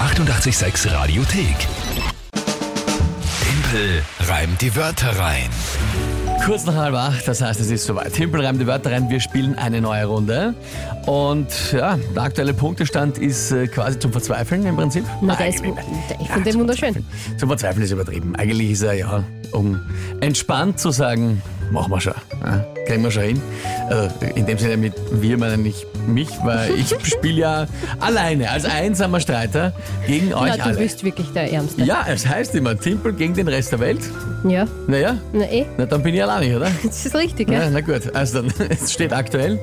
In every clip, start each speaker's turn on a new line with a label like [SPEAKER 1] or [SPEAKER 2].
[SPEAKER 1] 886 Radiothek. Tempel reimt die Wörter rein.
[SPEAKER 2] Kurz nach halb acht, das heißt, es ist soweit. Himpel reimt die Wörter rein, wir spielen eine neue Runde. Und ja, der aktuelle Punktestand ist äh, quasi zum Verzweifeln im Prinzip.
[SPEAKER 3] Na, der ist
[SPEAKER 2] eigentlich
[SPEAKER 3] gut.
[SPEAKER 2] nicht.
[SPEAKER 3] Ich
[SPEAKER 2] Ja,
[SPEAKER 3] finde den
[SPEAKER 2] zum
[SPEAKER 3] wunderschön.
[SPEAKER 2] Verzweifeln. Zum Verzweifeln ist übertrieben. Eigentlich ist er ja, um entspannt zu sagen, machen wir schon. Ja, kriegen wir schon hin. Also in dem Sinne mit wir meine ich mich, weil ich spiele ja alleine, als einsamer Streiter gegen euch
[SPEAKER 3] Na, du
[SPEAKER 2] alle.
[SPEAKER 3] bist wirklich der Ärmste.
[SPEAKER 2] Ja, es heißt immer Timpel gegen den Rest der Welt.
[SPEAKER 3] Ja.
[SPEAKER 2] Naja,
[SPEAKER 3] Na eh,
[SPEAKER 2] na dann bin ich alleinig, oder?
[SPEAKER 3] das ist richtig,
[SPEAKER 2] Na,
[SPEAKER 3] ja?
[SPEAKER 2] na gut, also dann, es steht aktuell.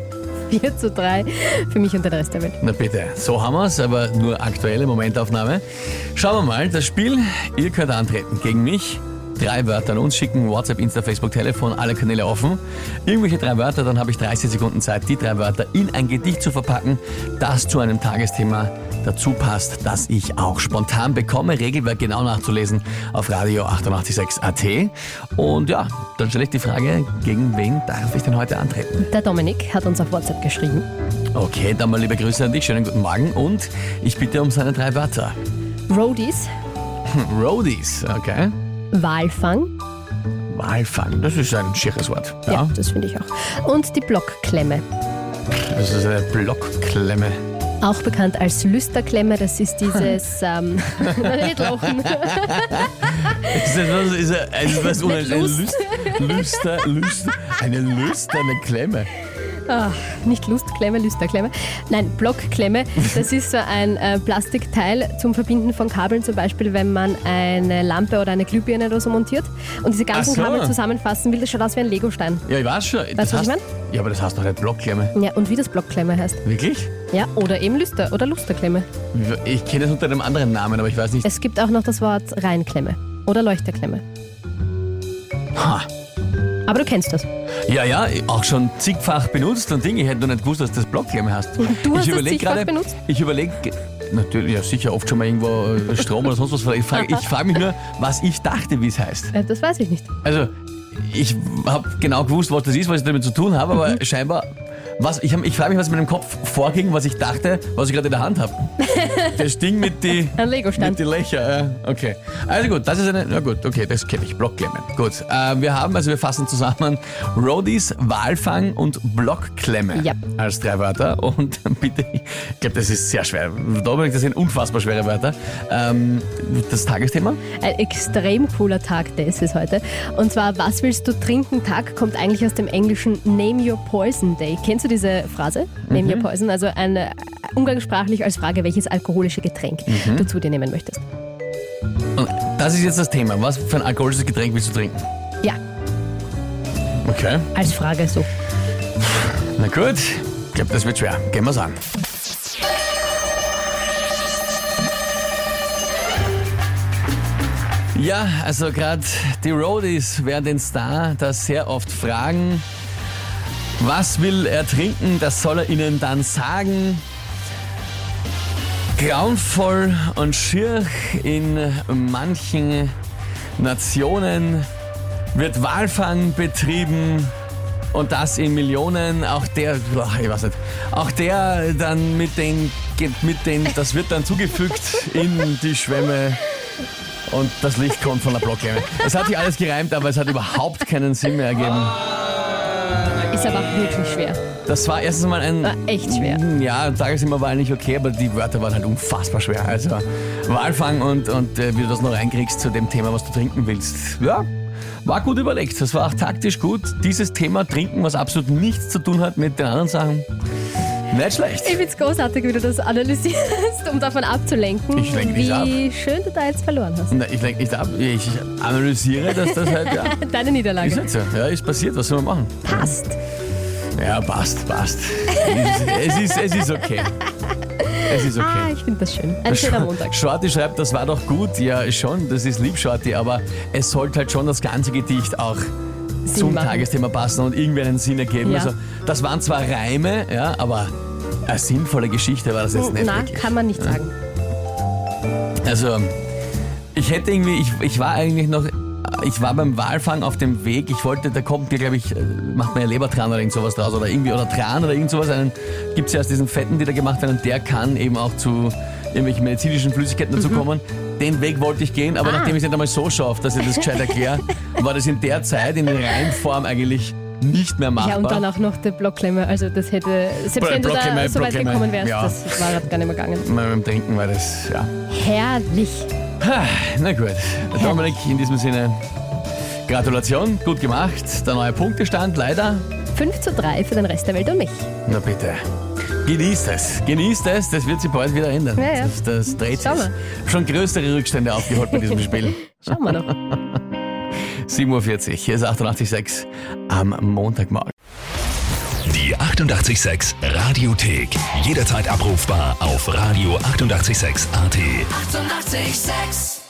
[SPEAKER 3] 4 zu 3 für mich und den Rest der Welt.
[SPEAKER 2] Na bitte, so haben wir es, aber nur aktuelle Momentaufnahme. Schauen wir mal, das Spiel, ihr könnt antreten gegen mich. Drei Wörter an uns schicken, WhatsApp, Insta, Facebook, Telefon, alle Kanäle offen. Irgendwelche drei Wörter, dann habe ich 30 Sekunden Zeit, die drei Wörter in ein Gedicht zu verpacken, das zu einem Tagesthema dazu passt, das ich auch spontan bekomme. Regelwerk genau nachzulesen auf Radio 886 AT. Und ja, dann stelle ich die Frage, gegen wen darf ich denn heute antreten?
[SPEAKER 3] Der Dominik hat uns auf WhatsApp geschrieben.
[SPEAKER 2] Okay, dann mal liebe Grüße an dich, schönen guten Morgen und ich bitte um seine drei Wörter.
[SPEAKER 3] Roadies,
[SPEAKER 2] Roadies, okay.
[SPEAKER 3] Walfang.
[SPEAKER 2] Walfang, das ist ein schieres Wort.
[SPEAKER 3] Ja, das finde ich auch. Und die Blockklemme.
[SPEAKER 2] Das ist eine Blockklemme.
[SPEAKER 3] Auch bekannt als Lüsterklemme. Das ist
[SPEAKER 2] Hm.
[SPEAKER 3] dieses... ähm, nicht lachen.
[SPEAKER 2] Ist das was, ist das, ist das was
[SPEAKER 3] Mit
[SPEAKER 2] eine
[SPEAKER 3] Lust.
[SPEAKER 2] Lust, Lüster, Lüster, eine lüsterne Klemme.
[SPEAKER 3] Ah, nicht Lustklemme, Lüsterklemme. Nein, Blockklemme. Das ist so ein äh, Plastikteil zum Verbinden von Kabeln, zum Beispiel, wenn man eine Lampe oder eine Glühbirne oder so montiert und diese ganzen
[SPEAKER 2] Ach so.
[SPEAKER 3] Kabel zusammenfassen will. Das schaut aus wie ein Legostein.
[SPEAKER 2] Ja, ich weiß schon.
[SPEAKER 3] Weißt du, was ich
[SPEAKER 2] heißt- Ja, aber das heißt doch nicht Blockklemme.
[SPEAKER 3] Ja, und wie das Blockklemme heißt.
[SPEAKER 2] Wirklich?
[SPEAKER 3] Ja, oder eben Lüster oder Lusterklemme.
[SPEAKER 2] Ich kenne es unter einem anderen Namen, aber ich weiß nicht.
[SPEAKER 3] Es gibt auch noch das Wort Reinklemme oder Leuchterklemme. Äh.
[SPEAKER 2] Ha.
[SPEAKER 3] Aber du kennst das.
[SPEAKER 2] Ja, ja, auch schon zigfach benutzt und Ding. Ich hätte nur nicht gewusst, dass das Blockklemme heißt.
[SPEAKER 3] du hast
[SPEAKER 2] ich
[SPEAKER 3] das
[SPEAKER 2] überleg
[SPEAKER 3] zigfach
[SPEAKER 2] gerade-
[SPEAKER 3] benutzt?
[SPEAKER 2] Ich überlege, natürlich, ja sicher, oft schon mal irgendwo äh, Strom oder sonst was. Ich frage ich frag mich nur, was ich dachte, wie es heißt.
[SPEAKER 3] Äh, Das weiß ich nicht.
[SPEAKER 2] Also, ich habe genau gewusst, was das ist, was ich damit zu tun habe, aber
[SPEAKER 3] Mhm.
[SPEAKER 2] scheinbar, was, ich, hab- ich frage mich, was in meinem Kopf vorging, was ich dachte, was ich gerade in der Hand habe. das Ding mit die...
[SPEAKER 3] Ein Legostein.
[SPEAKER 2] Mit die Löcher, ja, okay. Also gut, das ist eine, na gut, okay, das kenne ich, Blockklemme. Gut, äh, wir haben, also wir fassen zusammen Roadies, Walfang und Blockklemme
[SPEAKER 3] Ja.
[SPEAKER 2] als drei Wörter. Und bitte, ich glaube, das ist sehr schwer. Dominik, das sind unfassbar schwere Wörter. Ähm, das Tagesthema?
[SPEAKER 3] Ein extrem cooler Tag, der ist es heute. Und zwar, was willst du trinken? Tag kommt eigentlich aus dem englischen Name Your Poison Day. Kennst du diese Phrase? Name Your Poison, also eine, umgangssprachlich als Frage, welches alkoholische Getränk du zu dir nehmen möchtest.
[SPEAKER 2] Und das ist jetzt das Thema. Was für ein alkoholisches Getränk willst du trinken?
[SPEAKER 3] Ja,
[SPEAKER 2] Okay,
[SPEAKER 3] als Frage so.
[SPEAKER 2] na gut. Ich glaube, das wird schwer. Gehen wir's an. Ja, also gerade die Roadies werden den Star da sehr oft fragen, was will er trinken, das soll er ihnen dann sagen. Grauenvoll und schier in manchen Nationen wird Walfang betrieben und das in Millionen. Auch der, boah, ich weiß nicht, auch der dann mit den, mit den, das wird dann zugefügt in die Schwämme. Und das Licht kommt von der Blocklänge. Es hat sich alles gereimt, aber es hat überhaupt keinen Sinn mehr ergeben.
[SPEAKER 3] Ist aber wirklich schwer.
[SPEAKER 2] Das war erstens mal ein.
[SPEAKER 3] War echt schwer.
[SPEAKER 2] Ja, Tagesthema war eigentlich okay, aber die Wörter waren halt unfassbar schwer. Also Walfang und, und äh, wie du das noch reinkriegst zu dem Thema, was du trinken willst. Ja, war gut überlegt. Das war auch taktisch gut. Dieses Thema Trinken, was absolut nichts zu tun hat mit den anderen Sachen, nicht schlecht.
[SPEAKER 3] Ich find's großartig, wie du das analysierst, um davon abzulenken,
[SPEAKER 2] Ich lenk nicht
[SPEAKER 3] wie schön du da jetzt verloren hast.
[SPEAKER 2] Na, Ich, denk nicht ab. ich analysiere, dass das halt, ja,
[SPEAKER 3] Deine
[SPEAKER 2] ist
[SPEAKER 3] Niederlage.
[SPEAKER 2] halt so. Ja, ist passiert. Was soll man machen?
[SPEAKER 3] Passt.
[SPEAKER 2] Ja, passt, passt. es, ist, es ist okay. Es ist okay.
[SPEAKER 3] Ah, ich finde das schön. Ein schöner Montag.
[SPEAKER 2] Shorty schreibt, das war doch gut. Ja, schon, das ist lieb, Shorty, aber es sollte halt schon das ganze Gedicht auch zum
[SPEAKER 3] machen.
[SPEAKER 2] Tagesthema passen und irgendwie einen Sinn ergeben.
[SPEAKER 3] Ja.
[SPEAKER 2] Also, das waren zwar Reime, ja, aber eine sinnvolle Geschichte war das jetzt nicht.
[SPEAKER 3] Na,
[SPEAKER 2] wirklich.
[SPEAKER 3] kann man nicht sagen.
[SPEAKER 2] Also, ich hätte irgendwie, ich, ich war eigentlich noch, ich war beim Walfang auf dem Weg. Ich wollte, da kommt mir, glaube ich, äh, macht man ja Lebertran oder irgend sowas draus oder irgendwie, oder Tran oder irgend sowas. Gibt es ja aus diesen Fetten, die da gemacht werden, und der kann eben auch zu irgendwelche medizinischen Flüssigkeiten dazu kommen. Den Weg wollte ich gehen, aber
[SPEAKER 3] Mhm. Ah.
[SPEAKER 2] nachdem ich es nicht einmal so schaffe, dass ich das gescheit erkläre, war das in der Zeit in Reimform eigentlich nicht mehr machbar.
[SPEAKER 3] Ja, und dann auch noch der Blockklemmer. Also das hätte, selbst
[SPEAKER 2] Bl-
[SPEAKER 3] wenn du
[SPEAKER 2] Blockklemmer,
[SPEAKER 3] da so weit
[SPEAKER 2] Blockklemmer,
[SPEAKER 3] gekommen wärst,
[SPEAKER 2] ja.
[SPEAKER 3] das war halt gar nicht mehr gegangen.
[SPEAKER 2] Mal beim Trinken war das, ja.
[SPEAKER 3] Herrlich.
[SPEAKER 2] Ah, Na gut, Dominik, in diesem Sinne Gratulation, gut gemacht. Der neue Punktestand, leider.
[SPEAKER 3] 5 zu 3 für den Rest der Welt und mich.
[SPEAKER 2] Na bitte. Genießt es, genießt es, das wird sich bald wieder ändern.
[SPEAKER 3] Ja, ja.
[SPEAKER 2] Das, das dreht sich.
[SPEAKER 3] Schauen wir.
[SPEAKER 2] Schon größere Rückstände aufgeholt bei diesem Spiel.
[SPEAKER 3] Schauen wir noch.
[SPEAKER 2] 7.40 Uhr, hier ist 88.6 am Montagmorgen.
[SPEAKER 1] Die 886 Radiothek. Jederzeit abrufbar auf radio886.at. 886!
[SPEAKER 4] 886